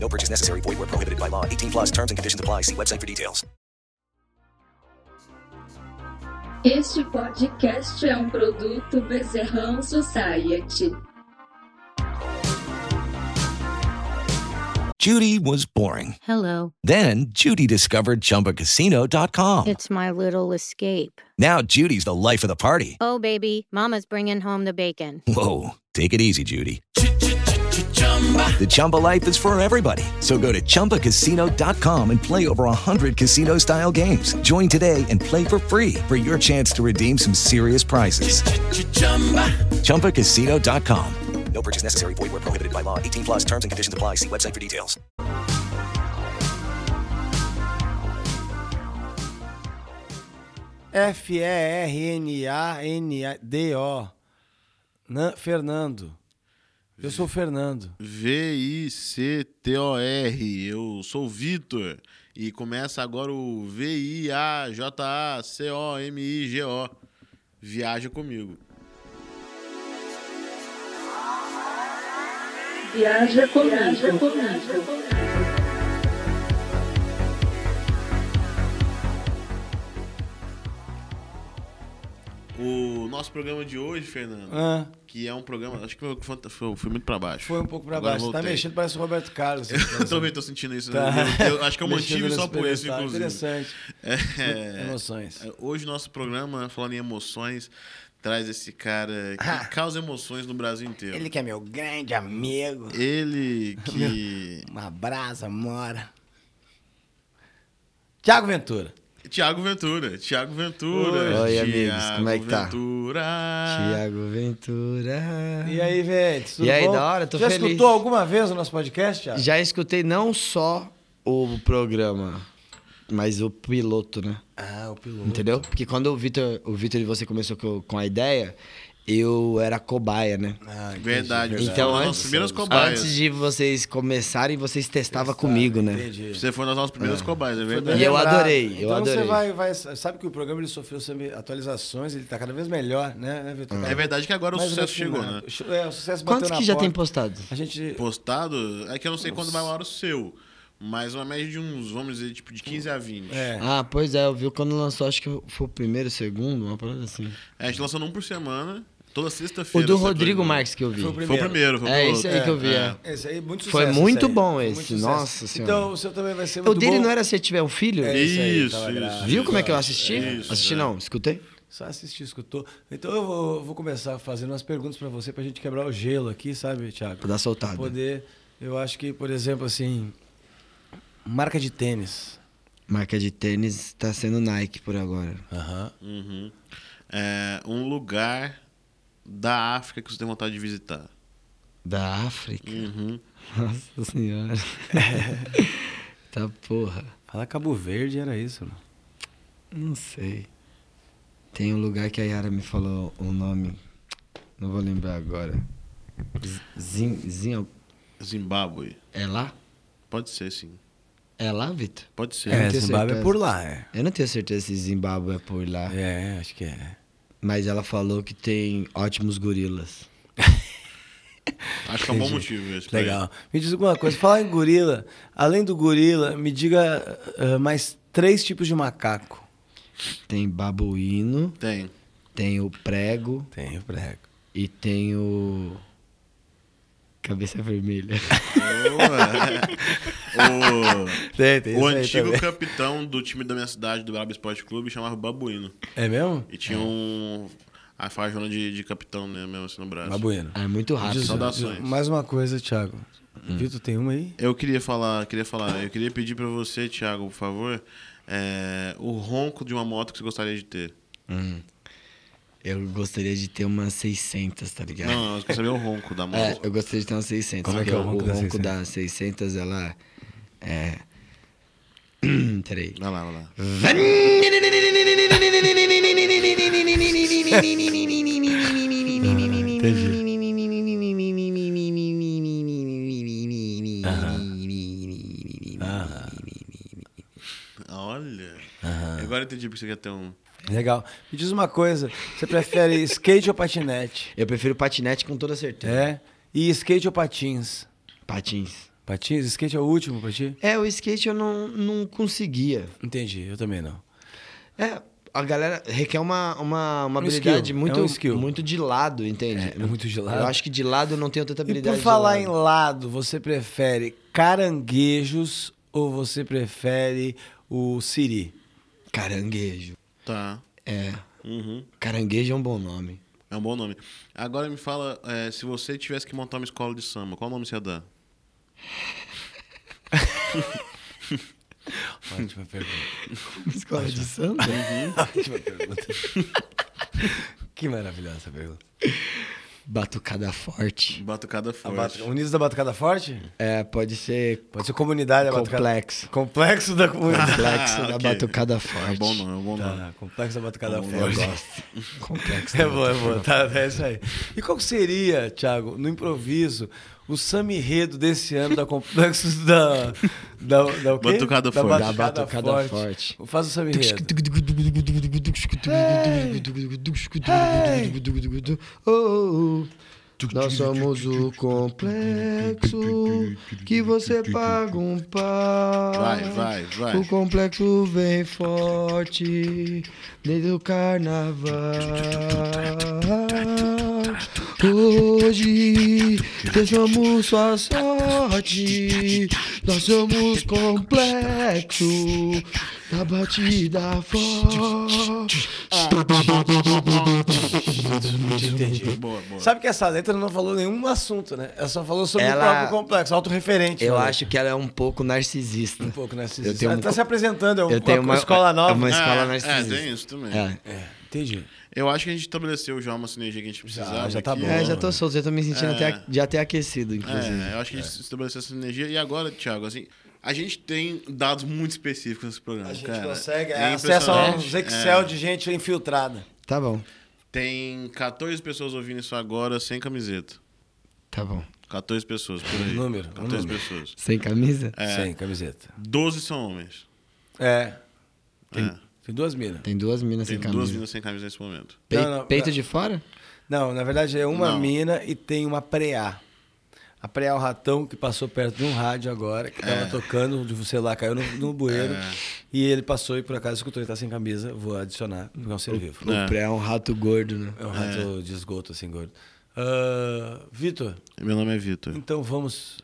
No purchase necessary. Void where prohibited by law. 18 plus terms and conditions apply. See website for details. Este podcast é um produto Bezerrão Society. Judy was boring. Hello. Then Judy discovered ChumbaCasino.com. It's my little escape. Now Judy's the life of the party. Oh, baby, Mama's bringing home the bacon. Whoa, take it easy, Judy. The Chumba life is for everybody. So go to ChumbaCasino.com and play over 100 casino style games. Join today and play for free for your chance to redeem some serious prizes. ChumbaCasino.com. No purchase necessary. Void where prohibited by law. 18 plus terms and conditions apply. See website for details. F-E-R-N-A-N-D-O. Nan- Fernando. Eu sou o Fernando. V-I-C-T-O-R. Eu sou o Vitor. E começa agora o V-I-A-J-A-C-O-M-I-G-O. Viaja comigo. Viaja comigo. Viaja comigo. O nosso programa de hoje, Fernando, Ah, que é um programa. Acho que eu fui, fui- fui muito pra baixo. foi um pouco pra Agora baixo. Tá voltei. mexendo, parece o Roberto Carlos. Eu também tô sentindo isso. Tá. né? Eu, eu acho que eu mantive Mexendo só nas por isso, pedestais. inclusive. Interessante. É. Emoções. Hoje nosso programa, falando em emoções, traz esse cara que Ah. causa emoções no Brasil inteiro. Ele que é meu grande amigo. Ele que. Uma brasa mora. Tiago Ventura. Tiago Ventura. Tiago Ventura. Oi, Thiago amigos, como é que tá? Ventura. Tiago Ventura. E aí, velho? tudo E aí, bom? da hora, tô Já feliz. escutou alguma vez o nosso podcast, Thiago? Já escutei não só o programa, mas o piloto, né? Ah, o piloto. Então, Entendeu? Porque quando o Vitor o Vitor e você começou co- com a ideia, eu era cobaia, né? Ah, entendi. Verdade. você foi Então, uma das nossas antes, primeiras cobaias. antes de vocês começarem, vocês testavam tá comigo, né? Entendi. Você foi uma das nossas primeiras cobaias, é verdade. E eu Lembrado. adorei, eu então adorei. você vai, vai- sabe que o programa ele sofreu sempre atualizações, ele tá cada vez melhor, né, né, Vitor? É verdade que agora o Mais sucesso chegou, assim, né? refinado. É, o sucesso bateu Quantos na que já tem porta. postado? A gente Postado, é que eu não sei quando vai ao ar o seu, mas uma média de uns, vamos dizer, tipo de 15 a 20. é, Ah, pois é, eu vi quando lançou, acho que foi o primeiro, o segundo, uma parada assim. É, a gente lançando um por semana, toda O sexta-feira. do essa Rodrigo atualização. Marques que eu vi. Foi o Foi o primeiro, foi o É, piloto. esse aí que eu vi, é. esse aí muito Foi sucesso. esse muito aí. bom Foi esse, muito sucesso. nossa senhora. Então o seu também vai ser muito O dele bom. não era se ele tiver um filho? É, Isso, Esse aí, isso. tava grave. Viu como é que eu assisti? Isso, assisti é. né? não, escutei. Só assistir, escutou. Então eu vou, vou começar fazendo umas perguntas pra você pra gente quebrar o gelo aqui, sabe, Thiago? Pra dar soltada. Poder, eu acho que, por exemplo, assim, marca de tênis. Marca de tênis tá sendo Nike por agora. Aham. Uhum. É, um lugar da África que você tem vontade de visitar. Da África? Uhum. Nossa senhora. tá porra. Falar Cabo Verde era isso, né? mano. Não sei. Tem um lugar que a Yara me falou o nome. Não vou lembrar agora. Z- Zin, Zin, Zimbábue. é lá? Pode ser, sim. É lá, Vitor? Pode ser. É, não tenho Zimbábue é certeza. por lá, é. Eu não tenho certeza se Zimbábue é por lá. É, acho que é. Mas ela falou que tem ótimos gorilas. Acho que é um bom motivo esse. pra Legal. Me diz alguma coisa. Falar em gorila, além do gorila, me diga ah, mais três tipos de macaco. Tem babuíno, ele. Tem. tem o prego. Tem, prego. E tem o. Cabeça vermelha. é. O, Tem, tem. isso o aí antigo também. capitão do time da minha cidade, do Brabo Esporte Clube, chamava Babuíno. É mesmo? E tinha um. A fajona de, de capitão, né? Mesmo assim no braço. Babuíno. Ah, é muito rápido. Diz- saudações. mais uma coisa, Thiago. Vitor, tem uma aí? Eu queria falar, queria falar, eu queria pedir pra você, Thiago, por favor, é, o ronco de uma moto que você gostaria de ter. Eu gostaria de ter umas 600, tá É. ligado? Não, não, eu quero saber o ronco da moto. É, eu gostaria de ter umas 600. Como é porque que é o o ronco ronco, da da 600, ela é. Peraí. Vai lá, vai lá. Olha. Agora eu entendi porque você quer ter um. Legal. Me diz uma coisa, você prefere skate ou patinete? Eu prefiro patinete com toda certeza. É? E skate ou patins? Patins. Patins? Skate é o último pra ti? É, o skate eu não, não conseguia. Entendi, eu também não. É, a galera requer uma, uma, uma Um habilidade skill, é muito, um skill. muito de lado, entende? É, é muito de lado. Eu acho que de lado eu não tenho E tanta habilidade. por de falar em lado. lado, você prefere caranguejos ou você prefere o siri? Caranguejo. Tá. É, Uhum. caranguejo é um bom nome. É um bom nome. Agora me fala, é, se você tivesse que montar uma escola de samba, qual nome você ia dar? Ótima pergunta. Escola de samba? Ótima pergunta. que maravilhosa essa pergunta. Batucada forte. Batucada A Forte. Batu- Unidos da Batucada Forte? É, pode ser Pode ser comunidade da Batucada complexo. Complexo da comunidade. Complexo da Ah, ok. batucada É um forte. bom nome, é um bom nome. Tá, complexo da Batucada Eu Forte. gosto. Complexo. É da bom, é bom, tá, é isso aí. E qual seria, Thiago, no improviso, o samirredo desse ano da Complexo da. Da, da o quê? Batucada da Forte. Batucada, Da Batucada forte. Forte. Faz o samirredo. Oh, Nós somos o complexo que você paga um pau. Vai, vai, vai. O complexo vem forte desde o carnaval. Hoje deixamos sua sorte. Nós somos complexo da batida forte. Boa, boa. Sabe que essa letra não falou nenhum assunto, né? Ela só falou sobre Ela- o próprio complexo, autorreferente. Eu né? acho que ela é um pouco narcisista. Um pouco, né? Se- Eu tenho Ela um tá co- se apresentando, é um- Eu tenho uma, uma- escola nova. é uma Ah, escola é, narcisista. É, tem isso também. É. É, entendi. Eu acho que a gente estabeleceu já uma sinergia que a gente precisava. já tá aqui. bom. É, já tô solto, já tô me sentindo É. até, já até aquecido, inclusive. É, eu acho que a gente estabeleceu essa sinergia. E agora, Thiago, assim, a gente tem dados muito específicos nesse programa. A gente cara. consegue. É acessa impressionante. uns Excel É. de gente infiltrada. Tá bom, Tem 14 pessoas ouvindo isso agora sem camiseta. tá bom. 14 pessoas por aí. Número, um 14 número. pessoas. Sem camisa? É. Sem camiseta. 12 são homens. É. É. Tem duas minas. Tem duas minas Tem sem camisa. duas minas sem camisa nesse momento. Pei- Não, não, peito não. de fora? Não, na verdade é uma Não. mina e tem uma preá. A preá é o ratão que passou perto de um rádio agora, que tava tocando, o celular caiu no, no bueiro. E ele passou e por acaso escutou, ele tá sem camisa, vou adicionar, porque é um ser vivo. É. O pré é um rato gordo, né? É um rato de esgoto, assim, gordo. Ah, Vitor, Meu nome é Vitor. então vamos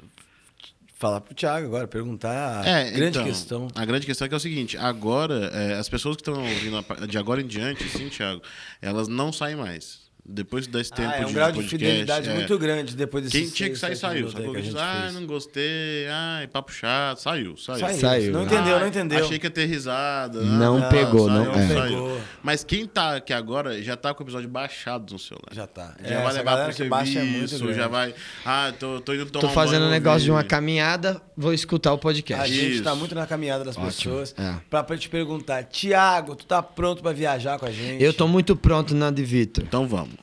falar pro Thiago agora, perguntar a É, grande então, questão. A grande questão é que é o seguinte: agora, é, as pessoas que estão ouvindo a pa- de agora em diante, sim, Thiago, elas não saem mais. Depois desse Ah, tempo é um de grau de podcast, fidelidade é, muito grande depois desse Quem tinha que sair, saiu. Sacou? Quem disse, ah, não gostei, ai, papo chato. Saiu, saiu. Saiu. Saiu. Não entendeu, Ah, não entendeu. Achei que ia ter risada. ah, Não pegou, não- saiu, é. saiu. Pegou. Mas quem tá aqui agora já tá com o episódio baixado no celular. Já tá. Já É, vai essa levar galera pro que serviço, baixa é muito já grande. vai... Ah, tô, tô indo tomar Tô um fazendo banho, um negócio de uma ouvi. caminhada, vou escutar o A podcast. Isso. gente tá muito na caminhada das Ótimo, pessoas. é. Pra, pra te perguntar, Tiago, tu tá pronto pra viajar com a gente? Eu tô muito pronto, Nando e Vitor. Então vamos.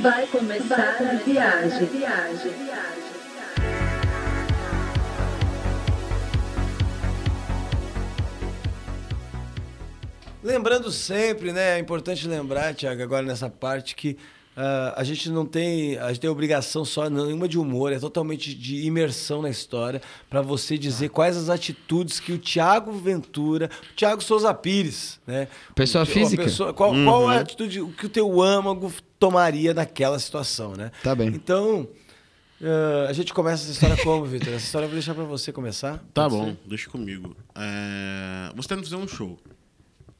Vai começar a viagem, viagem, viagem. Lembrando sempre, né? É importante lembrar, Tiago, agora nessa parte, que ah, a gente não tem. A gente tem obrigação só nenhuma de humor, é totalmente de imersão na história, pra você dizer Tá. quais as atitudes que o Tiago Ventura, o Tiago Souza Pires, né? Pessoa o Ti- física? a qual, Uhum. qual a atitude o que o teu âmago tomaria naquela situação, né? Tá bem. Então. ah, a gente começa essa história como, Vitor? Essa história eu vou deixar pra você começar. Tá Pode bom, ser? deixa comigo. É, Você tá indo fazer um show.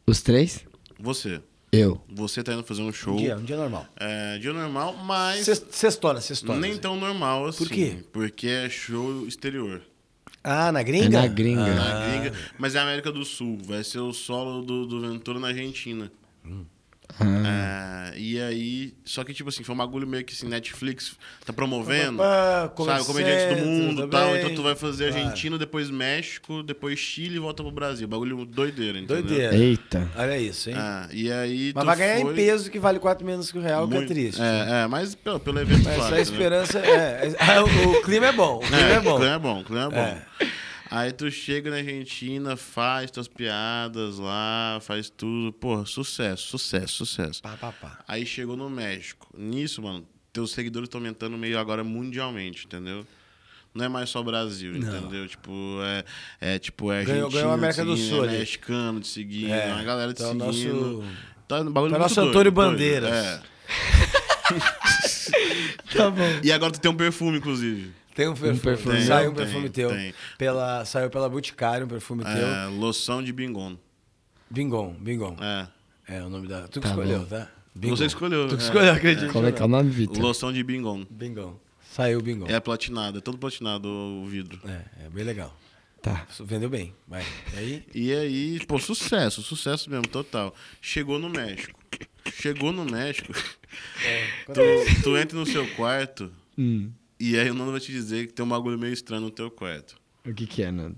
Os três? Você. Eu. Você tá indo fazer um show. Um dia, um dia normal. É, dia normal, mas Sextona, sextona. sextona, nem assim. tão normal assim. quê? Porque é show exterior. Ah, na É gringa? na gringa. Ah. Na gringa, mas é América do Sul. Vai ser o solo do, do Ventura na Argentina. Ah, Ah, e aí, só que tipo assim, foi um bagulho meio que assim, Netflix tá promovendo, Ah, sabe, comediantes do mundo e tudo tal. bem. Então tu vai fazer Claro. Argentina, depois México, depois Chile e volta pro Brasil. Bagulho Ah, doideira, entendeu? Doideira. Ah. Eita. Olha isso, hein? Ah, e aí É. Mas tu vai ganhar foi- em peso que vale 4 menos que o real, que é Muito- triste. É, é, mas pelo, pelo evento, Mas claro. a né? esperança é. é- o, o clima é bom. O clima é, bom. O clima é bom, o clima é bom. É. Aí tu chega na Argentina, faz tuas piadas lá, faz tudo. Pô, sucesso, sucesso, sucesso. Pá, pá, pá. Aí chegou no México. Nisso, mano, teus seguidores estão aumentando meio agora mundialmente, entendeu? Não é mais só Brasil, entendeu? Tipo, é, é tipo, é Ganhou- argentino, ganhou a América te do seguindo, Sul é ali. mexicano te seguindo, É, é, a galera te tá o seguindo. nosso- Tá, um bagulho tá o muito nosso doido, Antônio doido. Bandeiras. É. tá bom. E agora tu tem um perfume, inclusive. Tem um perfume. perfume. Saiu Tem, um perfume tem, teu. tem. Pela, saiu pela Boticário, um perfume teu. É, loção de bingon. Bingon, Bingon. É. É. o nome da. Tu que Tá escolheu, bom. tá? Você escolheu. Tu que é. escolheu, acredito. Como é que é o nome, Vitor? Loção de bingon. É, Bingon. Saiu o Bingon. É platinado, é todo platinado o vidro. É, é bem legal. Tá. Vendeu bem. Vai. E aí? E aí, pô, sucesso, sucesso mesmo, total. Chegou no México. Chegou no México. Tu, tu entra no seu quarto Hum, e aí o Nando vai te dizer que tem um bagulho meio estranho no teu quarto. o que que é, Nando?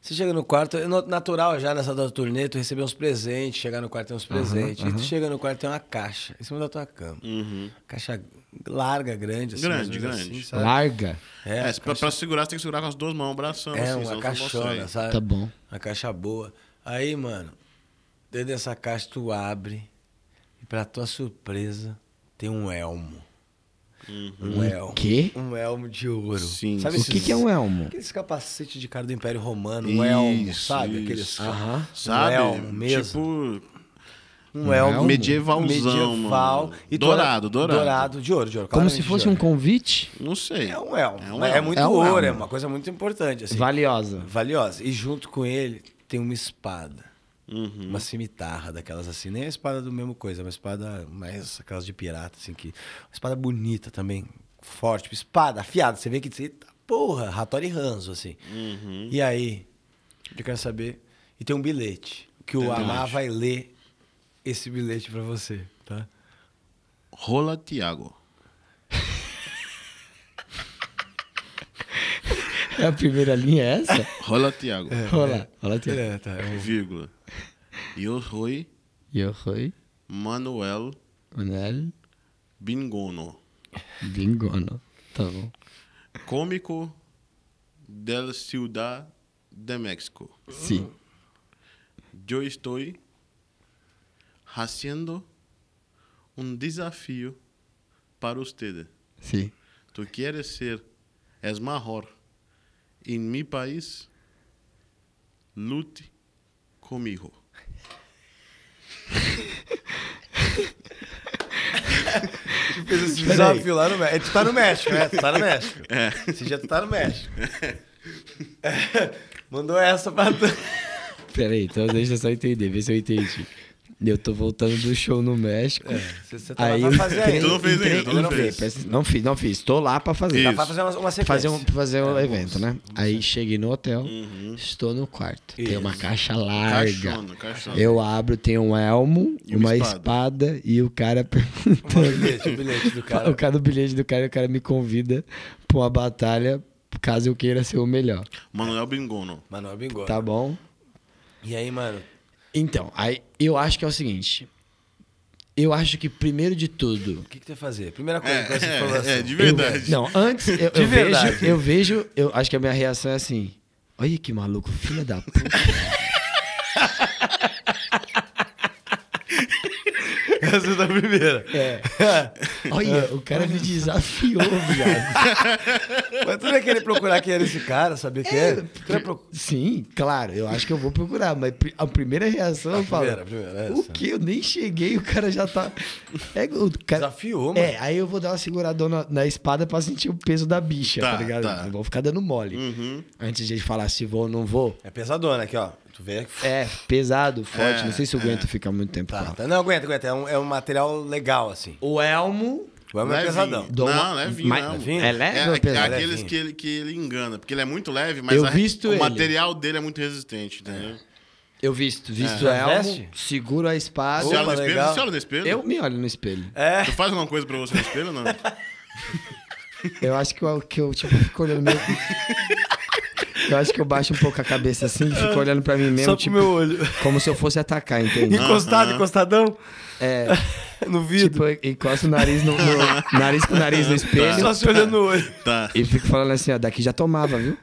Você chega no quarto, é no- natural já nessa da turnê, tu recebeu uns presentes, chegar no quarto tem uns presentes. E tu chega no quarto tem uma caixa em cima da tua cama. Caixa larga, grande, assim. Uhum. Grande, mais ou menos grande. assim, sabe? Larga? É, É, pra, pra segurar, você tem que segurar com as duas mãos, abraçando. É, assim, uma senão você não caixona, consegue. sabe? Tá bom. Uma caixa boa. Aí, mano, dentro dessa caixa tu abre e pra tua surpresa tem um elmo. Um elmo. quê? Um elmo de ouro. Uhum. Sim, Sabe O que que é um elmo? Aqueles capacete de cara do Império Romano, um elmo, Isso, sabe? isso. Aqueles. Aham. Sabe? Um elmo mesmo. Tipo, um elmo. medievalzão, medieval. mano. tu Dourado, olha- dourado. Dourado, de ouro, de ouro. Como claramente se de fosse um ouro. convite? não sei. É um elmo. É um mas É elmo. muito É um ouro, é elmo. uma coisa muito importante. Assim. Valiosa. valiosa. E junto com ele tem uma espada. Uhum. Uma cimitarra daquelas assim, nem a espada do mesmo coisa, é uma espada mais aquelas de pirata, assim, que. Uma espada bonita também, forte, tipo, espada, afiada. Você vê que você. Eita, porra, Ratori Ranzo, assim. E aí, eu quero saber. E tem um bilhete. Que o Tem um Amar bilhete. vai ler esse bilhete pra você, tá? Rola Tiago. É a primeira linha é essa? Rola Tiago. Olha lá. Olha lá. É, tá. é um- Vírgula. Eu fui Eu fui Manuel Manel Bingono. Bingono. Tá bom. Cômico del Ciudad de México. Sim. Eu estou haciendo um desafio para você. Sim. Tu queres ser es mejor em meu país? Lute comigo. Fez assim. esse desafio lá no México. Tu tá no México, né? Tu tá no México. É. Esse dia tu tá no México. É, Mandou essa pra tu. Pera aí, então deixa eu só entender, vê se eu entendi. Eu tô voltando do show no México. Você, você tá Aí lá eu pra fazer entrei- ainda. Tu não fez entrei- ainda, tu não entrei- fez. presta- Não fiz, não fiz. Tô lá pra fazer. Isso. É, Pra fazer uma, uma sequência. Fazer um, fazer um evento, né? Aí cheguei no hotel, estou no quarto. Tem uma caixa larga. Uhum. Caixona, caixona. Eu abro, tem um elmo, E uma uma espada. espada e o cara O perguntando. bilhete, o bilhete do cara. O cara do bilhete do cara, o cara me convida pra uma batalha, caso eu queira ser o melhor. Manuel Bingono. Manoel Bingo. Tá bom? é E aí, mano? Então, aí eu acho que é o seguinte. Eu acho que primeiro de tudo. O que, que tu ia fazer? Primeira coisa, com essa informação. É, é, de eu- verdade. não, antes eu, eu De verdade. vejo, eu vejo, eu acho que a minha reação é assim. Olha que maluco, filha da puta. Essa da primeira. É. É. Olha, o cara me desafiou, viado. Mas tu não ia querer procurar quem era esse cara, saber É, quem era? Tu ia procurar. Sim, claro, eu acho que eu vou procurar, mas pri- a primeira reação eu falo. primeira, a primeira, essa. O que? Eu nem cheguei, o cara já tá. É, o cara... Desafiou, mano. É, aí eu vou dar uma seguradona na espada pra sentir o peso da bicha, tá, Tá, ligado? tá. Não vou ficar dando mole. Uhum. Antes de falar se vou ou não vou. É pesadona aqui, ó. Tu vê que. É, pesado, forte. É, não sei se eu aguento ficar muito tempo com Tá, ela. tá. Não, aguenta, aguenta. É um, é um material legal, assim. O elmo. O Elmo é Levinho. pesadão. Dou Não, uma- levinho, mas- não. Levinho? É leve ou É, é aque- pesado? aqueles Levinho. que ele, que ele engana, porque ele é muito leve, mas Eu a- visto o ele. material dele é muito resistente, entendeu? Eu visto, visto Já é. elmo, veste? seguro a espada. Você olha no Opa, espelho? legal. Você olha no espelho? Eu me olho no espelho. É. Tu faz alguma coisa pra você no espelho ou não? Eu acho que eu, que eu tipo, fico olhando meio... Eu acho que eu baixo um pouco a cabeça assim e fico olhando pra mim mesmo, Só pro tipo, meu olho. como se eu fosse atacar, entende? Encostado, encostadão É, no vidro. tipo, eu encosto o nariz no, no- nariz com o nariz no espelho Só se olhando no olho. Tá. e fico falando assim, ó, daqui já tomava, viu?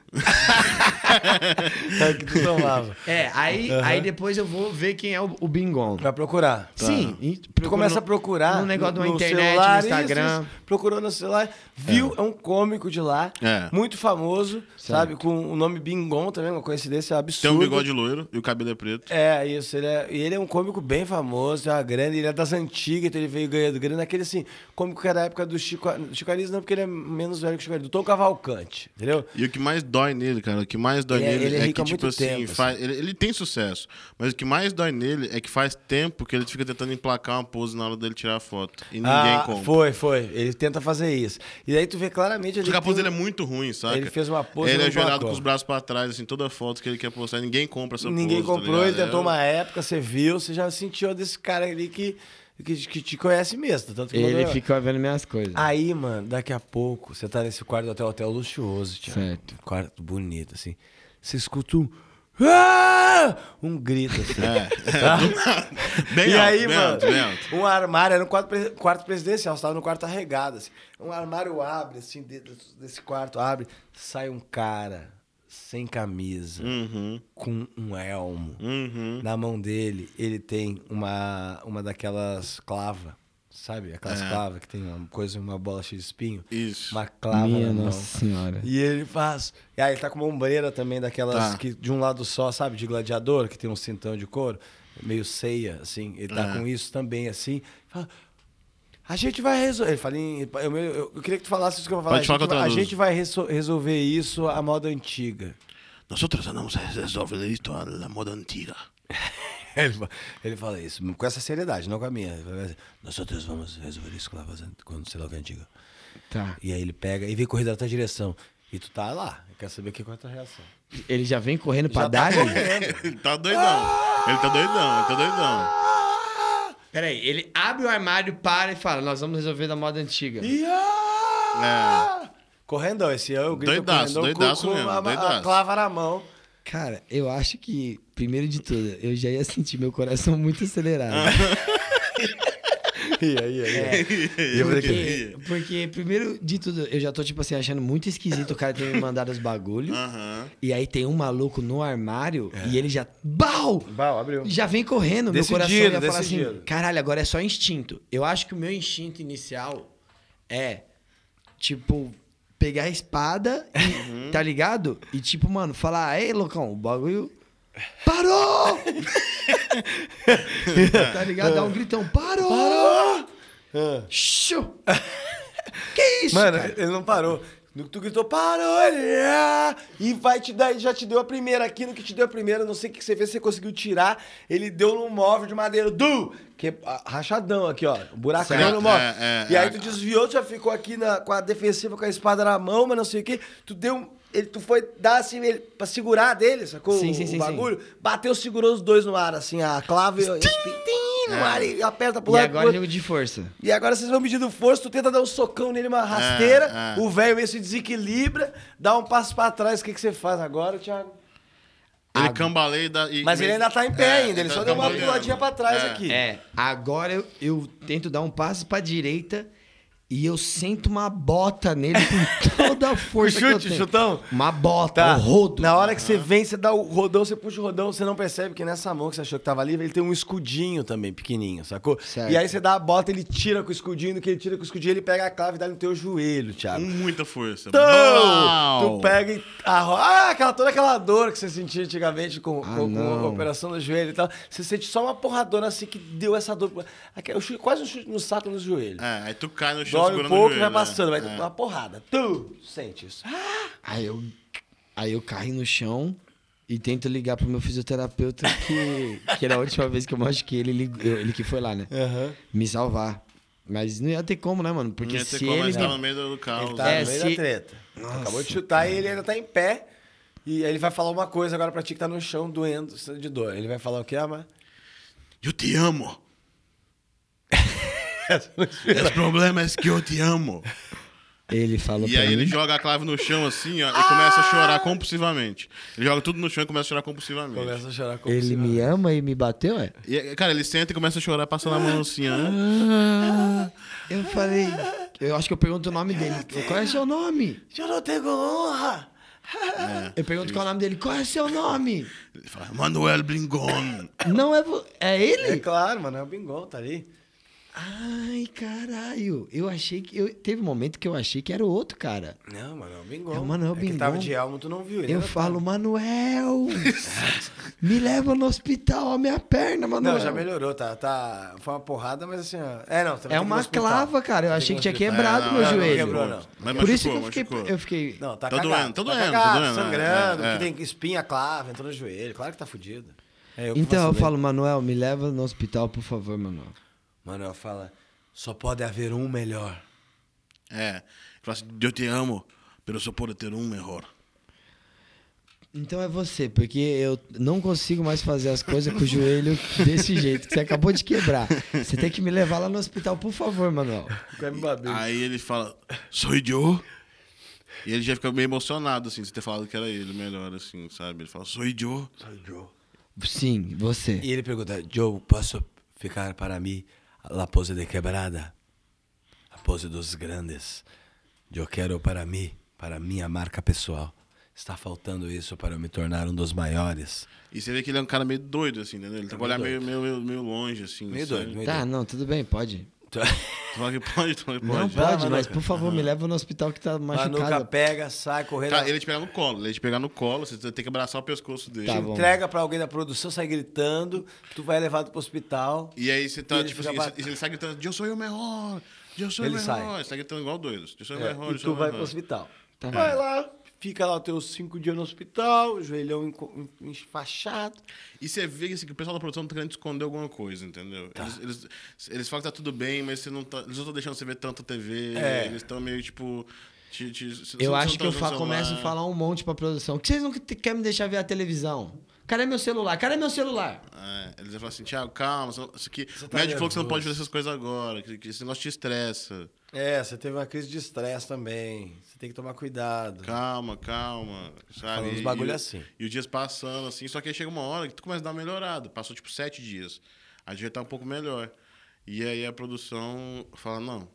É que tu tomava. É, aí, aí depois eu vou ver quem é o, o Bingon. Vai procurar. Sim, e Tu procuro começa no- a procurar. no negócio de uma no internet, celular, no Instagram. isso, isso. procurou no celular, viu, é, um cômico de lá, É. muito famoso, sabe? Com o nome Bingon também, uma coincidência Tem absurda. um bigode loiro e o cabelo é preto. É, isso. Ele é, e ele é um cômico bem famoso, tem uma grande, ele é das antigas, então ele veio ganhando grana. Aquele, assim, cômico que era da época do Chico... Chico Anísio não, porque ele é menos velho que o Chico Anísio, do Tom Cavalcante, entendeu? E o que mais dói nele, cara, o que mais dói Ele é- nele ele é é, rico que, há tipo muito assim, tempo, faz- ele, ele tem sucesso. Mas o que mais dói nele é que faz tempo que ele fica tentando emplacar uma pose na hora dele tirar a foto. E ninguém Ah, compra. Foi, foi. Ele tenta fazer isso. E daí tu vê claramente... Só que a pose dele ele é muito ruim, saca? Ele fez uma pose Ele e é não ajoelhado emplacou. com os braços pra trás, assim, toda foto que ele quer postar, ninguém compra essa Ninguém pose. tá comprou, ele ligado? tentou É- uma época, você viu, você já sentiu desse cara ali que, que, que te conhece mesmo. Tanto que Ele mandou- fica vendo minhas coisas. Aí, mano, daqui a pouco, você tá nesse quarto do hotel, hotel luxuoso, Thiago. Certo. Quarto bonito, assim. Você escuta um... "Ah!" Um grito, assim. É. Bem e alto, aí, bem mano, alto, bem alto. um armário, era um quarto, presi- quarto presidencial, você tava no quarto arregado, assim. Um armário abre, assim, de- desse quarto abre, sai um cara sem camisa, Uhum, com um elmo. uhum. Na mão dele, ele tem uma, uma daquelas clava, sabe? Aquelas É. clava que tem uma coisa, uma bola cheia de espinho. Isso. Uma clava Minha na mão. Nossa Senhora. E ele faz. E aí ele tá com uma ombreira também daquelas Tá. que de um lado só, sabe? De gladiador, que tem um cintão de couro, meio ceia, assim. Ele tá É. com isso também, assim. Fala, a gente vai resolver. Ele fala em- eu, eu- eu queria que tu falasse isso que eu vou falar. Pode falar a, gente que eu vai, a traduzo. gente vai reso- resolver isso à moda antiga. Nós andamos a resolver isto à moda antiga. Ele, fa- ele fala isso com essa seriedade, não com a minha. Ele fala assim, Nós outros vamos resolver isso com a Lavas Ant- quando sei lá o que é antiga. Tá. E aí ele pega e vem correndo na tua direção. E tu tá lá, quer saber que, qual é a tua reação. Ele já vem correndo pra Já tá dar? ele tá doidão. Ele tá doidão, ele tá doidão. Peraí, ele abre o armário, para e fala: Nós vamos resolver da moda antiga. Ah! Correndão, esse é o grito Doidaço, correndão com- doidaço com mesmo, a, a doidaço. clava na mão. Cara, eu acho que, primeiro de tudo, eu já ia sentir meu coração muito acelerado. E aí, E Porque, porque, primeiro de tudo, eu já tô, tipo assim, achando muito esquisito o cara ter me mandado os bagulhos. Aham. E aí tem um maluco no armário e ele já. Bau! Bau, abriu. Já vem correndo, Decidido, meu coração ia falar assim: decidido. caralho, agora é só instinto. Eu acho que o meu instinto inicial é, tipo, pegar a espada, e- Uhum. tá ligado? E, tipo, mano, falar: ei, loucão, o bagulho. Parou! tá ligado? Dá um gritão: parou! Parou! que isso? Mano, cara? ele não parou. No que tu gritou, parou! ele, ah, E vai te dar, ele já te deu a primeira aqui, no que te deu a primeira, não sei o que você fez, você conseguiu tirar. Ele deu num móvel de madeira, du! Que é ah, rachadão aqui, ó. Um buracão Certo, no móvel. é, é, e aí é. tu desviou, tu já ficou aqui na- com a defensiva, com a espada na mão, mas não sei o que. Tu deu um- Ele, tu foi dar assim, ele, pra segurar dele, sacou? Sim, o, sim, o sim, sim. bagulho. Bateu, segurou os dois no ar, assim, a clave e o espinho, no ar, e aperta pro E lado. pro agora, outro. nego de força. E agora vocês vão medindo força, tu tenta dar um socão nele, uma rasteira, é. o velho meio se desequilibra, dá um passo pra trás, o que, que você faz agora, Thiago? Ele cambaleia e dá. e- Ah, Mas ele ainda tá em pé É, ainda, ele tá só deu uma cambaleando. puladinha pra trás É. aqui. É, agora eu, eu tento dar um passo pra direita e eu sento uma bota nele com toda a força que eu Chute, tenho. chutão? Uma bota, É Tá. um rodo. Na hora que você vem, você dá o rodão, você puxa o rodão, você não percebe que nessa mão que você achou que tava livre, ele tem um escudinho também, pequenininho, sacou? Certo. E aí você dá a bota, ele tira com o escudinho, no que ele tira com o escudinho, ele pega a clave e dá no teu joelho, Com Thiago. muita força. Então, Blau! tu pega e arro... ah, aquela, toda aquela dor que você sentia antigamente com, Ah, com- com não. a operação do joelho e tal. Você sente só uma porradona assim que deu essa dor. Aquela- eu chute- Quase um chute no saco no joelho. É, aí tu cai no chão Dói um segurando pouco o e joelho, vai né? passando, vai É. Ah, uma porrada. Tu sente isso. Aí eu, aí eu caio no chão e tento ligar pro meu fisioterapeuta, que, que era a última vez que eu machuquei ele, ligou- eu- ele que foi lá, né? Me salvar. Mas não ia ter como, né, mano? Porque Porque se você começa ele... a estar no meio do Ele caos. tá né? É, no meio se- da treta. Acabou de chutar e ele ainda tá em pé. E aí ele vai falar uma coisa agora pra ti que tá no chão doendo de dor. Ele vai falar o que, ama? Eu te amo. O problema é que eu te amo. Ele falou E pra aí ele mim. joga a clave no chão assim, ó, e começa a chorar compulsivamente. Ele joga tudo no chão e começa a chorar compulsivamente. Começa a chorar como Ele se- me ama e me bateu, é? E, cara, ele senta e começa a chorar, passando a mão assim, ó. Eu falei. Eu acho que eu pergunto o nome dele. Qual é seu nome? Eu não tenho honra! Eu pergunto qual é o nome dele. Qual é seu nome? Ele fala, Manuel Blingon. Não é. vo- É É ele? claro, mano, é o Bingon, tá ali. Ai, caralho. Eu achei que. Eu... Teve um momento que eu achei que era o outro cara. Não, mano, é o Bingon. É, mano, é o que Bingon. tava de elmo, tu não viu ele. Eu né? falo, Manuel! me leva no hospital, a minha perna, Manuel. Não, já melhorou, tá, tá. Foi uma porrada, mas assim, ó. É, não, também É tem uma no hospital. clava, cara. Eu Tem achei que no tinha hospital. quebrado É, não, meu não, não joelho. quebrou, não. Mas Por isso que eu machucou, fiquei. machucou. Eu fiquei. Não, tá Tá cagado, doendo, tá doendo, tá cagado, doendo, né? sangrando, É, é. porque tem espinha, clava, entrou no joelho, claro que tá fudido. É, que Então eu vacilei. falo, Manuel, me leva no hospital, por favor, Manuel. Manuel fala, só pode haver um melhor. É. Ele fala assim, eu te amo, pero só pode ter um erro. Então é você, porque eu não consigo mais fazer as coisas com o joelho desse jeito que você acabou de quebrar. Você tem que me levar lá no hospital, por favor, Manuel. Quer me bater. Aí ele fala, sou eu? E ele já fica meio emocionado, assim, de ter falado que era ele melhor, assim, sabe? Ele fala, sou eu? Sim, você. E ele pergunta, Joe, posso ficar para mim a pose de quebrada? A pose dos grandes. Eu quero para mim, para minha marca pessoal. Está faltando isso para eu me tornar um dos maiores. E você vê que ele é um cara meio doido, assim, entendeu? Ele tem que olhar meio, meio, meio, meio longe, assim. É Meio sabe? doido, meio Tá, não, tudo bem, pode. doido. Tu fala que pode, tu fala que Não pode. pode, Manuca. mas por favor, me leva no hospital que tá Manuca machucado. pega, sai correndo. Cara, Tá, ele te pega no colo, ele te pega no colo, você tem que abraçar o pescoço dele. Tá bom. Entrega para alguém da produção, sai gritando. Tu vai levado pro hospital. E aí você tá, E ele tipo fica assim, bat- ele, ele sai gritando, eu sou o melhor, eu sou o Ele sai. melhor. Ele sai gritando igual doido, eu sou o É, melhor, e eu sou tu o vai pro melhor. hospital. Tá. Vai lá, fica lá os teus cinco dias no hospital, joelhão enco- en- enfaixado. E você vê assim, que o pessoal da produção tá querendo esconder alguma coisa, entendeu? Tá. Eles, eles, eles falam que tá tudo bem, mas você não tá, eles não estão deixando você ver tanta TV, É. eles estão meio tipo... te- te- você Eu não acho tá que eu usando fa- o celular. começo a falar um monte pra produção. Que vocês não te- querem me deixar ver a televisão? Cadê meu celular? Cadê meu celular? É, eles falam assim, Thiago, calma, você não- isso aqui, Você o tá médico falou que você não nervoso. pode fazer essas coisas agora, que, que esse negócio te estressa. É, você teve uma crise de estresse também. Você tem que tomar cuidado. Calma, calma, sabe? Falando uns E- bagulho e- assim. E os dias passando, assim, só que aí chega uma hora que tu começa a dar uma melhorada. Passou, tipo, sete dias. A gente já tá um pouco melhor. E aí a produção fala, não,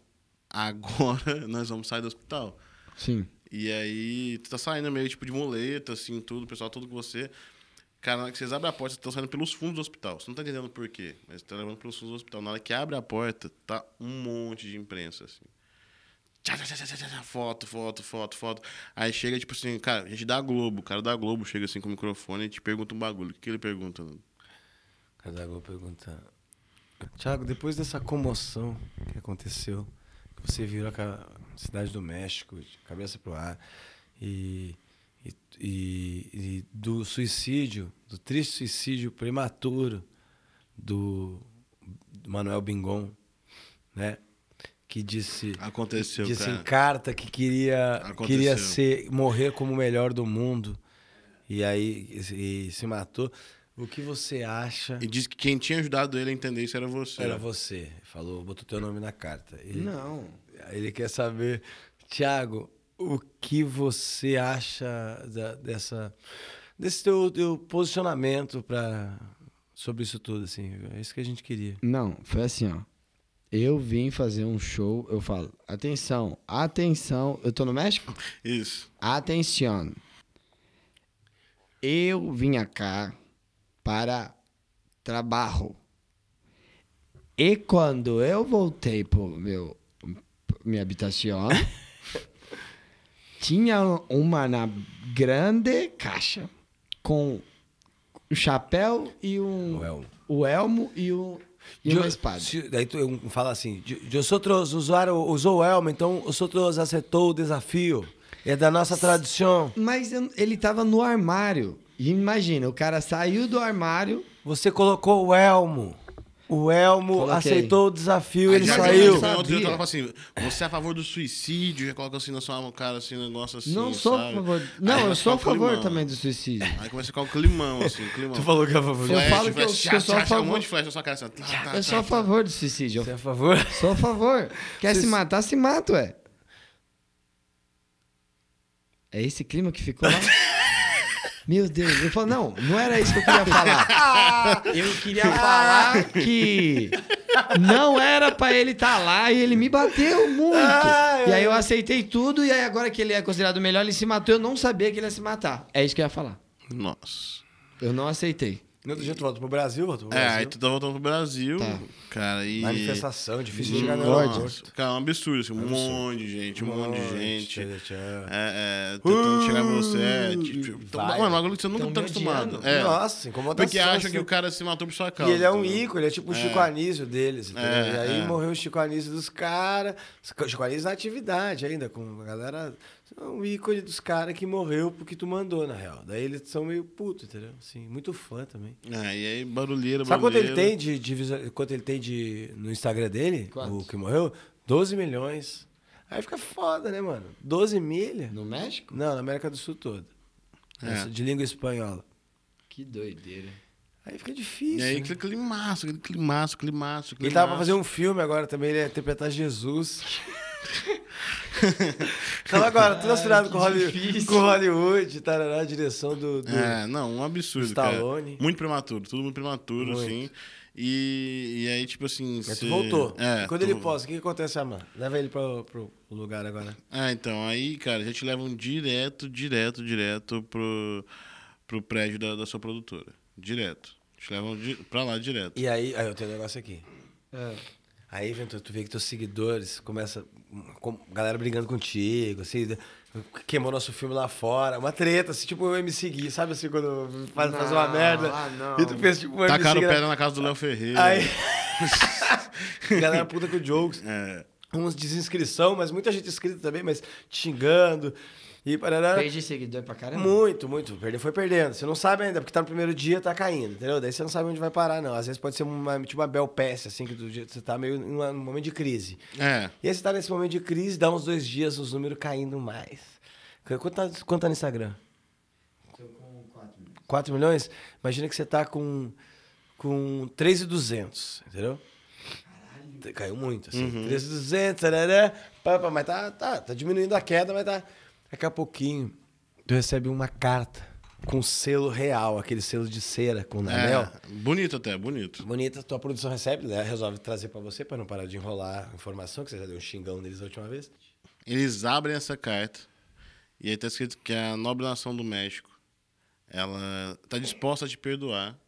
agora nós vamos sair do hospital. Sim. E aí tu tá saindo meio, tipo, de muleta, assim, tudo, o pessoal todo com você. Cara, na hora que vocês abrem a porta, vocês estão saindo pelos fundos do hospital. Você não tá entendendo por quê, mas tá levando pelos fundos do hospital. Na hora que abre a porta, tá um monte de imprensa, assim. Tchá, tchá, tchá, tchá, tchá, tchá, foto, foto, foto, foto. Aí chega, tipo assim, cara, a gente da Globo, o cara da Globo chega assim com o microfone e te pergunta um bagulho. O que, que ele pergunta? Casago pergunta. Tiago, depois dessa comoção que aconteceu, que você virou a ca- cidade do México, de cabeça pro ar, e, e, e- e do suicídio, do triste suicídio prematuro do, do Manuel Bingon, né? Que disse. Aconteceu, disse cara. em assim, carta que queria, Aconteceu. queria ser, morrer como o melhor do mundo. E aí e- e se matou. O que você acha? E diz que quem tinha ajudado ele a entender isso era você. Era você. Falou, botou teu nome na carta. Ele, Não. Ele quer saber, Thiago, o que você acha da- dessa, desse teu, teu posicionamento pra, sobre isso tudo, assim? É isso que a gente queria. Não, foi assim, ó. Eu vim fazer um show, eu falo, atenção, atenção, eu tô no México? Isso. Atenção. Eu vim cá para trabalho. E quando eu voltei pro meu minha habitação, tinha uma na grande caixa com um chapéu e é um O elmo. o elmo e, o, e uma Eu- espada. se- daí tu um fala assim, os outros usaram, usou o elmo, então os outros aceitou o desafio. É da nossa tradição. Mas eu- ele tava no armário. E imagina, o cara saiu do armário Você colocou o elmo. O Elmo Coloquei. aceitou o desafio, Aí ele já vem- saiu. já vem outro Sabia. diretor e fala assim, você é a favor do suicídio? Já coloca assim na sua cara, assim, um negócio assim, Não sou a sabe? favor. Aí Não, eu começa sou a a ficar o favor climão. também do suicídio. Aí começa a ficar o climão, assim, o climão. que é a favor. Eu Flash, falo que eu- flash, que eu tchá, sou a tchá, tchá, um favor. monte de flash na sua cara, assim, ó, tá, tá, Eu sou a tá, favor do suicídio. Você é Eu a favor? sou a favor. Quer Vocês- se matar, se mata, ué. É esse clima que ficou lá? Meu Deus, eu falo, não, não era isso que eu queria falar. Eu queria falar que não era pra ele estar lá e ele me bateu muito. Ah, E aí é. eu aceitei tudo e aí agora que ele é considerado o melhor, ele se matou, eu não sabia que ele ia se matar. É isso que eu ia falar. tá. Nossa. Eu não aceitei. No outro dia tu volta pro Brasil, volta pro É, Brasil. aí tu tá voltando pro Brasil, Tá. cara, e... Manifestação, difícil de Nossa, chegar no aeroporto. Cara, é um absurdo, assim, um monte de gente, um monte de gente. Tchê, tchê. É, é, tentando chegar em você. Tipo, tipo, então, Vai. mano, um bagulho que você nunca Tão tá me acostumado. odiando. É, Nossa, incomodação, Porque acha assim. que o cara se matou por sua E causa. tá ele é um entendeu? ícone, é tipo o Chico Anísio deles. entendeu? né? É, e aí é. morreu o Chico Anísio dos caras. O Chico Anísio na atividade ainda, com a galera. É um ícone dos caras que morreu porque tu mandou, na real. Daí eles são meio puto, entendeu? Assim, muito fã também. É, e aí, barulheira, barulheira. Sabe quanto ele tem de, de visual- quanto ele tem de no Instagram dele? O que morreu? 12 milhões. Aí fica foda, né, mano? 12 milha? No México? Não, na América do Sul toda. É. Essa De língua espanhola. Que doideira. Aí fica difícil. E aí, né? aquele climaço, aquele climaço, climaço, climaço. Ele tava pra fazer um filme agora também, ele ia interpretar Jesus. Então agora, tudo assinado com, Hollywood, difícil. com Hollywood, tarará, a direção do. do- É, não, um absurdo, Stallone. cara. Muito prematuro, tudo muito prematuro, Muito. assim. E, e aí, tipo assim... Mas cê- tu voltou. É, Quando tu- ele posta, o que que acontece, Amar? Leva ele pro, pro lugar agora. Ah, então, aí, cara, já te levam um direto, direto, direto pro, pro prédio da, da sua produtora. Direto. Te levam um di pra lá direto. E aí, aí eu tenho um negócio aqui. É. Aí, Ventura, tu vê que teus seguidores começa. com- galera brigando contigo, assim, né? queimou nosso filme lá fora. Uma treta, assim, tipo eu me seguir, sabe assim, quando faz, faz uma Não, merda. ah, não. E tu pensa, tipo, eu me Tacaram seguir. pedra na casa do Léo Ferreira. Aí. Galera puta com jokes. É. Uns desinscrição, mas muita gente inscrita também, mas te xingando. E parará. Perdi seguidor pra caramba. Muito, muito. Perder foi perdendo. Você não sabe ainda, porque tá no primeiro dia, tá caindo, entendeu? Daí você não sabe onde vai parar, não. Às vezes pode ser uma, tipo uma bel peça, assim, que do dia você tá meio numa- num momento de crise. É. E aí você tá nesse momento de crise, dá uns dois dias os números caindo mais. Quanto tá, quanto tá no Instagram? Tô com quatro mil. 4 milhões? Imagina que você tá com, com 3,200, entendeu? Caiu muito, assim. 3,200, tarará, pá, pá, mas tá, tá, tá diminuindo a queda, mas tá. Daqui a pouquinho, tu recebe uma carta com selo real, aquele selo de cera com anel. É, bonito até, bonito. Bonita, tua produção recebe, né? resolve trazer pra você, pra não parar de enrolar a informação, que você já deu um xingão neles a última vez. Eles abrem essa carta e aí tá escrito que a nobre nação do México ela tá disposta a te perdoar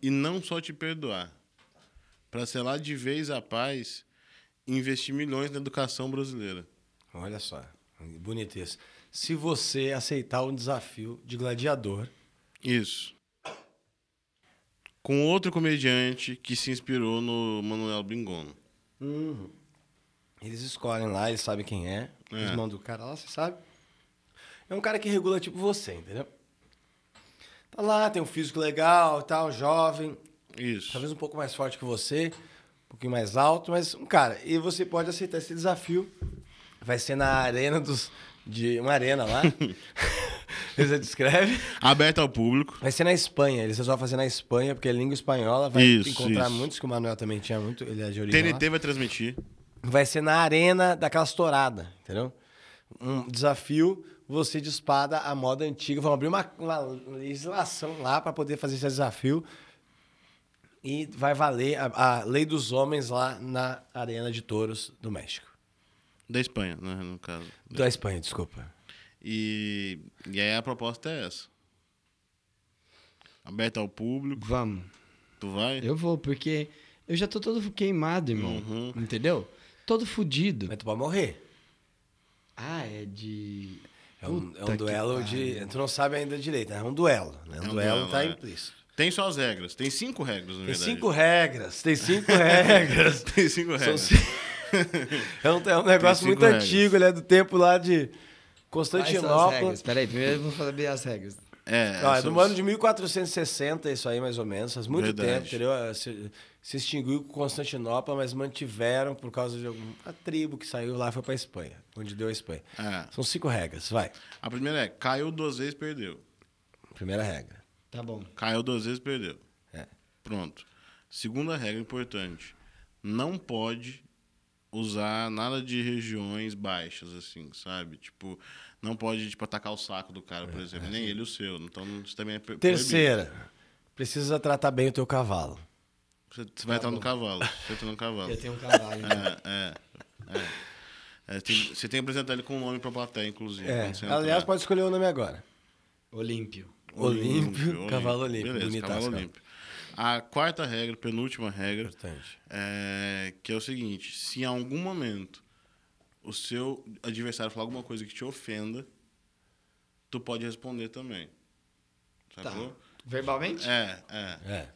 e não só te perdoar, para selar de vez a paz e investir milhões na educação brasileira. Olha só, bonito isso. Se você aceitar um desafio de gladiador, Isso. Com outro comediante que se inspirou no Manuel Bingono. Eles escolhem lá, eles sabem quem é. Eles É. mandam o cara lá, você sabe. É um cara que regula tipo você, entendeu? Tá lá, tem um físico legal, tal, jovem, Isso. talvez um pouco mais forte que você, um pouquinho mais alto, mas um cara. E você pode aceitar esse desafio. Vai ser na arena dos. De uma arena lá. Eles já descrevem. Aberto ao público. Vai ser na Espanha. Eles resolvem fazer na Espanha, porque é língua espanhola. Vai Isso, encontrar isso. muitos, que o Manuel também tinha muito. Ele é de origem. lá TNT vai transmitir. vai ser na arena daquelas touradas, entendeu? Um desafio, você de espada a moda antiga. Vão abrir uma, uma legislação lá para poder fazer esse desafio. E vai valer a, a lei dos homens lá na Arena de Touros do México. Da Espanha, né, no caso. Da Espanha, desculpa. E, e aí a proposta é essa. Aberta ao público, Vamos. tu vai? Eu vou, porque eu já tô todo queimado, irmão. Entendeu? Todo fudido. Mas tu pode morrer. Ah, é de. É um, é um Puta que duelo de. pariu. Tu não sabe ainda direito, né? É um duelo. Né? Um, É um duelo, duelo, tá é. implícito. Tem só as regras. Tem cinco regras, na Tem verdade. cinco regras, tem cinco regras. Tem cinco regras. São ci- é, um, é um negócio cinco muito regras. antigo, ele é do tempo lá de Quais são as Constantinopla. regras? Peraí, primeiro eu vou saber as regras. É, Ó, é essas- do ano de 1460, isso aí, mais ou menos. Faz muito Verdade. tempo, entendeu? Se, se extinguiu com Constantinopla, mas mantiveram por causa de alguma tribo que saiu lá e foi pra Espanha, onde deu a Espanha. É. São cinco regras, vai. A primeira é, caiu duas vezes, perdeu. Primeira regra. Tá bom. Caiu duas vezes, perdeu. É. Pronto. Segunda regra importante. Não pode usar nada de regiões baixas, assim, sabe? Tipo, não pode, tipo, atacar o saco do cara, por exemplo. Nem ele o seu. Então, isso também é pro- É, assim. Terceira, precisa tratar bem o teu cavalo. proibido. Você, Tá você vai entrar no cavalo. Você entra no cavalo. Eu tenho um cavalo. né? É, é, é. É, tem- você tem que apresentar ele com o nome pra plateia, inclusive. É. quando você entra Aliás, lá. pode escolher o nome agora. Olímpio. Olímpio, cavalo olímpio. Beleza, Bonitaço, cavalo cara. olímpio. A quarta regra, penúltima regra, Importante. é, que é o seguinte: se em algum momento o seu adversário falar alguma coisa que te ofenda, tu pode responder também. Tá. Sacou? Verbalmente? É, é. É.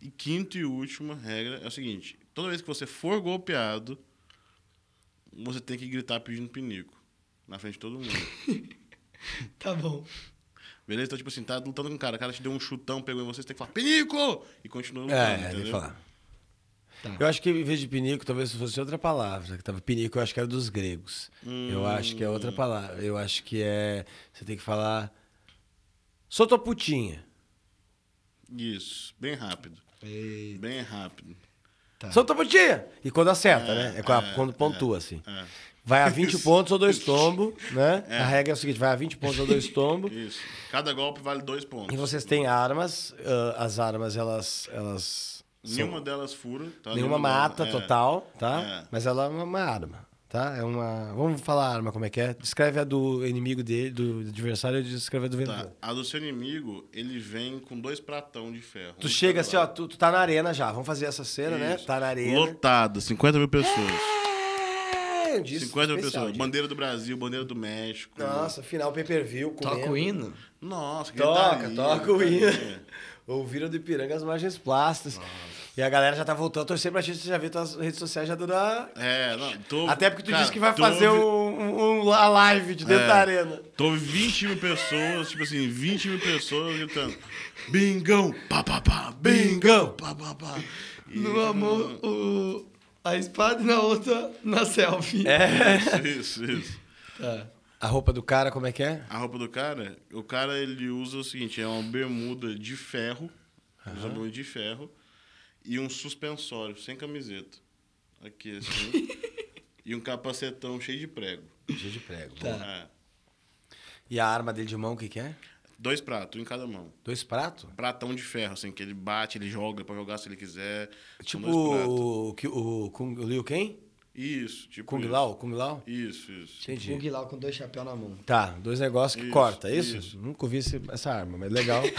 E quinto e última regra é o seguinte: toda vez que você for golpeado, você tem que gritar pedindo pinico na frente de todo mundo. Tá bom. Beleza? Então, tipo assim, tá lutando com o cara, o cara te deu um chutão, pegou em você, você tem que falar, pinico! E continua lutando. É, ele entendeu? fala. Tá. Eu acho que em vez de pinico, talvez fosse outra palavra. que tava- Pinico eu acho que era dos gregos. Hum. Eu acho que é outra palavra. Eu acho que é. Você tem que falar. Sou tua putinha. Isso, bem rápido. E- Bem rápido. Tá. Sou tua putinha! E quando acerta, É, né? É quando, é, quando é, pontua, assim. é. Vai a 20 pontos ou dois tombos, né? A regra é o seguinte: vai a 20 pontos ou dois tombos. Isso. Cada golpe vale dois pontos. E vocês têm armas. ah, as armas, elas. elas são- Nenhuma delas fura. Tá? Nenhuma delas- mata é. total, tá? É. Mas ela é uma, uma arma, tá? É uma. Vamos falar a arma como é que é. Descreve a do inimigo dele, do adversário, e descreve a do Tá. vendedor. A do seu inimigo, ele vem com dois pratão de ferro. Tu chega assim, ó, tu, tu tá na arena já. Vamos fazer essa cena, né? Tá na arena. Lotado, 50 mil pessoas. É, um dia 50 mil especial, pessoas. dia. Bandeira do Brasil, bandeira do México. Nossa, final pay per view. Toca o hino? Nossa, que tá Toca, gritaria, toca o hino. gritaria. Ouviram do Ipiranga as margens plásticas. E a galera já tá voltando a torcer pra gente. Você já viu as redes sociais já dando a... É, não, tô- Até porque tu cara, disse que vai tô fazer ouvi- um, um- a live de dentro É. da arena. Tô 20 mil pessoas, tipo assim, 20 mil pessoas gritando. Bingão! Pá, pá, pá! Bingão! Pá, pá, pá! E- No amor, o... a espada e na outra, na selfie. Isso, isso, isso. Tá. A roupa do cara, como é que é? A roupa do cara, o cara ele usa o seguinte: é uma bermuda de ferro, usa uma bermuda de ferro, e um suspensório, sem camiseta. Aqui, assim. e um capacetão cheio de prego. Dia de prego. Tá. É. E a arma dele de mão, o que, que é? Dois pratos, um em cada mão. Dois pratos? Pratão de ferro, assim, que ele bate, ele joga pra jogar se ele quiser. São Tipo dois pratos. o, o, o, Kung- o Liu Kang? Isso, tipo. Kung isso. Lao? Tipo Kung Lao? Isso, isso. O Entendi. Guilau com dois chapéus na mão. Tá, dois negócios que Isso, corta, é isso? isso. Nunca vi esse- essa arma, mas legal.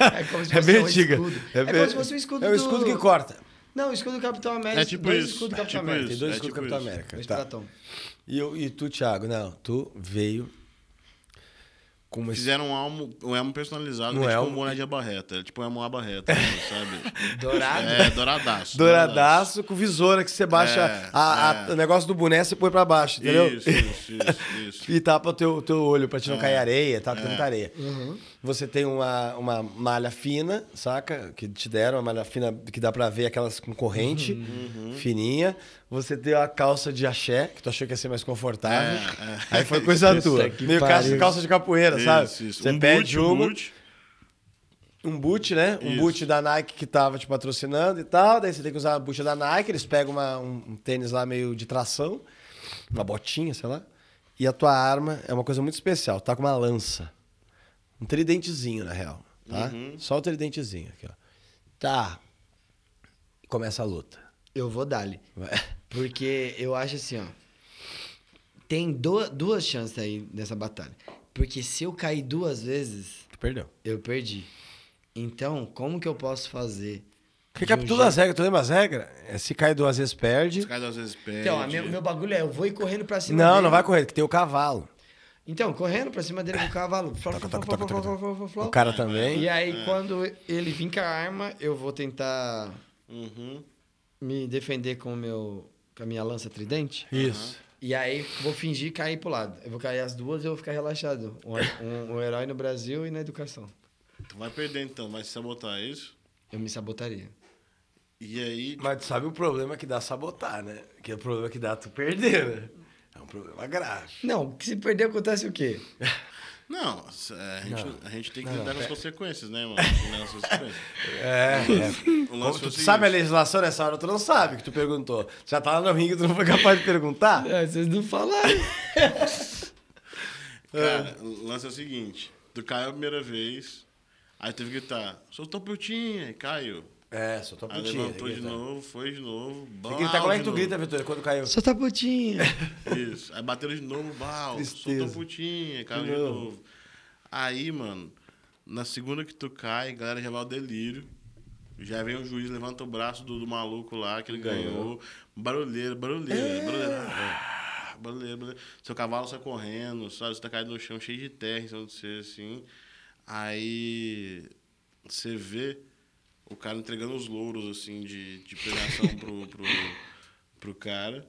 É como se fosse um escudo. É como se fosse um escudo É o do- escudo que corta. Não, o escudo do Capitão América. É tipo dois isso, escudos do é Capitão tipo América. Tem isso, dois é escudos tipo Capitão isso. América. Dois tá. pratão. E, eu- e tu, Thiago? Não, tu veio com uma... Fizeram um elmo, um elmo personalizado, Um que é tipo elmo. um boné de abarreta. É tipo um elmo abarreta, sabe? Dourado. É, douradaço. Douradaço com visora que você baixa É, a- a- é. o negócio do boné, você põe pra baixo, entendeu? Isso, isso, isso, isso. E tapa o teu, teu olho pra te não É. cair areia, tá? Porque É. não tá areia. Você tem uma, uma malha fina, saca? Que te deram, uma malha fina que dá pra ver aquelas com corrente, fininha. Você tem a calça de axé, que tu achou que ia ser mais confortável. É, é. Aí foi coisa Isso tua. aqui Meio pariu. calça, calça de capoeira, sabe? Isso, isso. Você Um pede boot, um uma, boot. um boot, né? Um Isso. boot da Nike que tava te patrocinando e tal. Daí você tem que usar a boot da Nike, eles pegam uma- um, um tênis lá meio de tração, uma botinha, sei lá. E a tua arma é uma coisa muito especial, tá com uma lança. Um tridentezinho, na real, tá? Só o tridentezinho aqui, ó. Tá. E começa a luta. Eu vou dar-lhe. Vai. Porque eu acho assim, ó. Tem do- duas chances aí nessa batalha. Porque se eu cair duas vezes, Tu perdeu. eu perdi. Então, como que eu posso fazer? um Recapitula as regras, tu lembra as regras? É, se cai duas vezes, perde. Os caras às vezes pede. Então, a meu, meu bagulho é, eu vou ir correndo pra cima Não, dele. não vai correr, que tem o cavalo. Então, correndo pra cima dele com o cavalo. Flau, flau, flau, flau, flau, flau, flau, flau. O cara também. E É. aí, quando ele vir com a arma, eu vou tentar Uhum. me defender com o meu... Com a minha lança tridente. Isso. E aí vou fingir cair pro lado. Eu vou cair as duas e eu vou ficar relaxado. Um, um- um herói no Brasil e na educação. Tu vai perder então, vai se sabotar é isso. Eu me sabotaria. E aí, Mas tu sabe o problema que dá sabotar, né? Que é o problema que dá tu perder, né? É um problema grave. Não, que se perder acontece o quê? Não, s- é, a gente, Não. a gente tem que Não, lidar não, com as pera. consequências, né, mano? Lidar com as consequências. É, é. O lance Tu assim, foi o sabe a seguinte. legislação nessa hora? Tu não sabe que tu perguntou. Já tá lá no ringue, tu não foi capaz de perguntar? Ah, vocês não falaram. Cara, o lance é o seguinte: tu caiu a primeira vez, aí teve que gritar, soltou putinha, e caiu. É, só tô Aí putinho. levantou de novo, foi de novo, Tem bala. que gritar. Como é que tu de grita, novo. Vitória, quando um caiu? Só tá putinha. Isso. Aí bateram de novo, bal, Tristeza. soltou putinha, caiu De de, novo. novo. Aí, mano, na segunda que tu cai, a galera já vai ao delírio. Já vem o juiz, levanta o braço do, do maluco lá que ele ganhou. Barulheira, barulheira, barulheira. É. Barulheira, barulheira. Seu cavalo sai correndo, sabe? Você tá caindo no chão cheio de terra em cima de você, assim. Aí você vê o cara entregando os louros, assim, de, de premiação pro, pro, pro cara.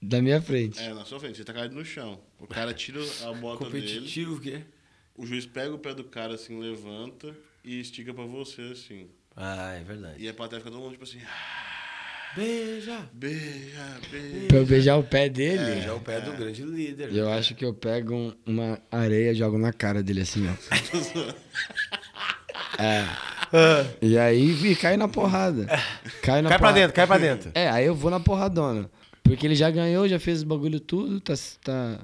Da minha frente. É, na sua frente, você tá caído no chão. O cara tira a bota dele, Competitivo, o quê? o juiz pega o pé do cara assim, levanta e estica pra você assim. Ah, é verdade. E a plateia fica todo mundo tipo assim, "Ah, Beija. beija, Pra eu beija. beijar o pé dele, Beija é o pé do grande líder. eu acho que eu pego um- uma areia e jogo na cara dele assim, ó. É. E aí vi, cai na porrada. Cai, na Ah. Cai pra porrada. dentro, cai pra dentro. É, aí eu vou na porradona. Porque ele já ganhou, já fez o bagulho tudo, tá. tá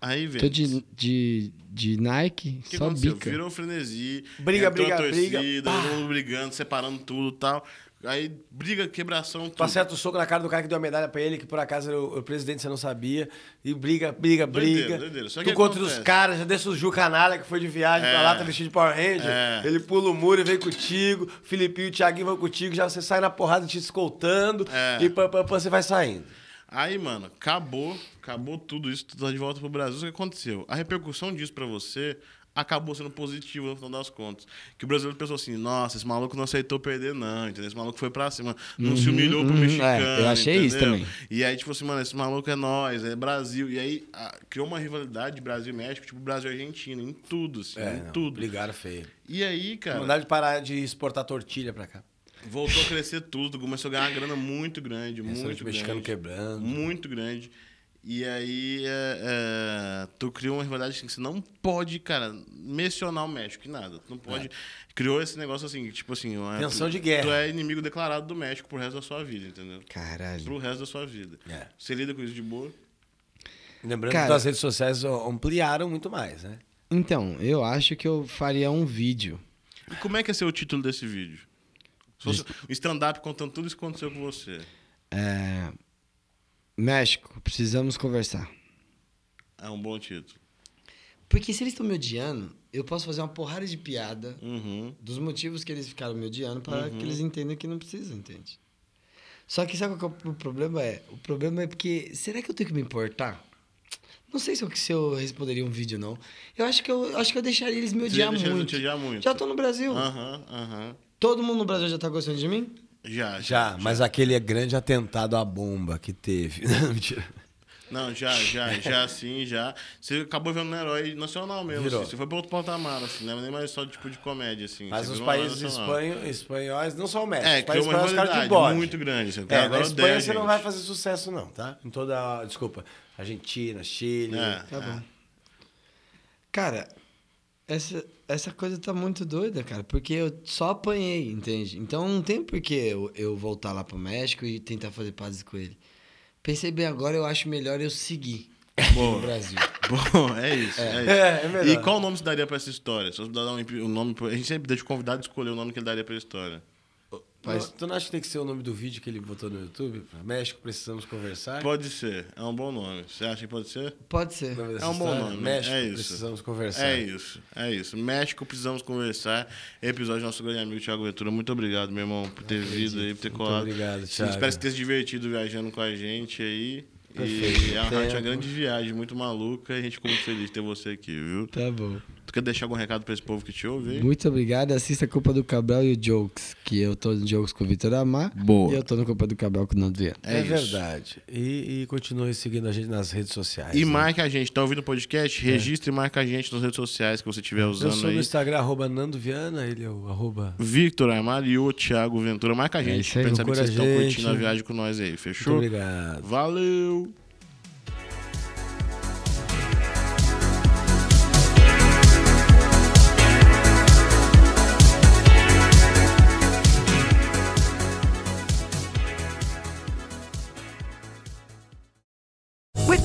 Aí, velho. tô de, de, de Nike, O que só aconteceu? bica. Virou um frenesi. Briga, entrou briga, a torcida, briga, pá. Todo mundo brigando, separando tudo e tal. Aí, briga, quebração, tudo. Tu acerta o soco na cara do cara que deu a medalha pra ele, que por acaso era o, o presidente, você não sabia. E briga, briga, briga. Doideira, doideira. Só tu que contra os acontece. caras, já deixa o Ju Canalha, que foi de viagem pra É. lá, tá vestido de Power Ranger. É. Ele pula o muro e vem contigo. Filipinho e o Thiaguinho vão contigo. Já você sai na porrada te escoltando. É. E pam, pam, pam, você vai saindo. Aí, mano, acabou, acabou tudo isso, tu tá de volta pro Brasil. O que aconteceu? A repercussão disso pra você acabou sendo positiva no final das contas. Que o brasileiro pensou assim: nossa, esse maluco não aceitou perder, não, entendeu? Esse maluco foi pra cima, não se humilhou pro uhum, é, mexicano. eu achei isso entendeu? também. E aí, tipo assim, mano, esse maluco é nós, é Brasil. E aí a- criou uma rivalidade Brasil-México, tipo Brasil e Argentina, em tudo, assim, É, em tudo. É, Brigaram feio. E aí, cara. Mandar de parar de exportar tortilha pra cá. Voltou a crescer tudo, começou a ganhar uma grana muito grande, Restaurante muito mexicano grande. quebrando. Muito grande. E aí, é, é, tu criou uma rivalidade assim, que você não pode, cara, mencionar o México em nada. Tu não pode. Criou esse negócio assim, tipo assim. uma- É. Tensão tu- de guerra. Tu é inimigo declarado do México pro resto da sua vida, entendeu? Caralho. Pro resto da sua vida. É. Você lida com isso de boa? Lembrando Cara- que as redes sociais ó, ampliaram muito mais, né? Então, eu acho que eu faria um vídeo. E como é que ia ser o título desse vídeo? Se fosse um stand-up contando tudo isso que aconteceu com você. É, México, precisamos conversar. É um bom título. Porque se eles estão me odiando, eu posso fazer uma porrada de piada Uhum. dos motivos que eles ficaram me odiando para que eles entendam que não precisa, entende? Só que sabe qual que é o problema é? O problema é porque será que eu tenho que me importar? Não sei se eu, se eu responderia um vídeo não. Eu acho que eu acho que eu deixaria eles me Você odiar deixa eles muito. te odiar muito. Já tô no Brasil. Aham, aham. Todo mundo no Brasil já tá gostando de mim? Já, Já, mas aquele é grande atentado à bomba que teve. Não, mentira. Não, já, já, já sim, já. Você acabou vendo um herói nacional mesmo, Virou. assim. Você foi pra outro patamar, assim, não é nem mais só tipo de comédia, assim. Mas Você os virou um herói países nacional. espanho- espanhóis, não só o México, É, os países criou uma espanhóis os caras de rivalidade bode. muito grande. Assim. É, na Espanha odeia, você não gente. vai fazer sucesso não, tá? Em toda, desculpa, Argentina, Chile. É, Tá é. bom. Cara, essa, essa coisa tá muito doida, cara, porque eu só apanhei, entende? Então não tem por que eu, eu voltar lá pro México e tentar fazer pazes com ele. Pensei bem agora, eu acho melhor eu seguir no assim. Boa. Brasil. Bom, é isso, é, isso. né? É, é melhor. e qual nome você daria pra essa história? Se você dar um, um nome, pro- a gente sempre deixa o convidado escolher o nome que ele daria pra história. Mas tu não acha que tem que ser o nome do vídeo que ele botou no YouTube? Pra México, precisamos conversar? Pode ser, é um bom nome. Você acha que pode ser? Pode ser. O nome dessa É um bom história? nome. México, é isso. precisamos conversar. É isso, é isso. México, precisamos conversar. Episódio do nosso grande amigo Thiago Ventura. Muito obrigado, meu irmão, por ter vindo aí, por ter Muito colado. obrigado, Sim, Thiago. Espero que tenha se divertido viajando com a gente aí. Perfeito. E é uma, realmente Até. uma grande viagem, muito maluca. E a gente ficou muito feliz de ter você aqui, viu? Tá bom. Tu quer deixar algum recado pra esse povo que te ouve? aí? Muito obrigado. Assista a Culpa do Cabral e o Jokes, que eu tô no Jokes com o Vitor Amar. Boa. E eu tô no Culpa do Cabral com o Nando Viana. É É, isso. verdade. E, e continue seguindo a gente nas redes sociais. E né? É. marca a gente. Tá ouvindo o podcast? Registra e marca a gente nas redes sociais que você estiver Eu usando sou aí. no Instagram, arroba Nando Viana, ele é o arroba Victor Amaro e o Thiago Ventura. Marca a gente. isso aí, pra gente saber que É procura vocês estão a gente. né? curtindo a viagem com nós aí. Fechou? Muito obrigado. Valeu! With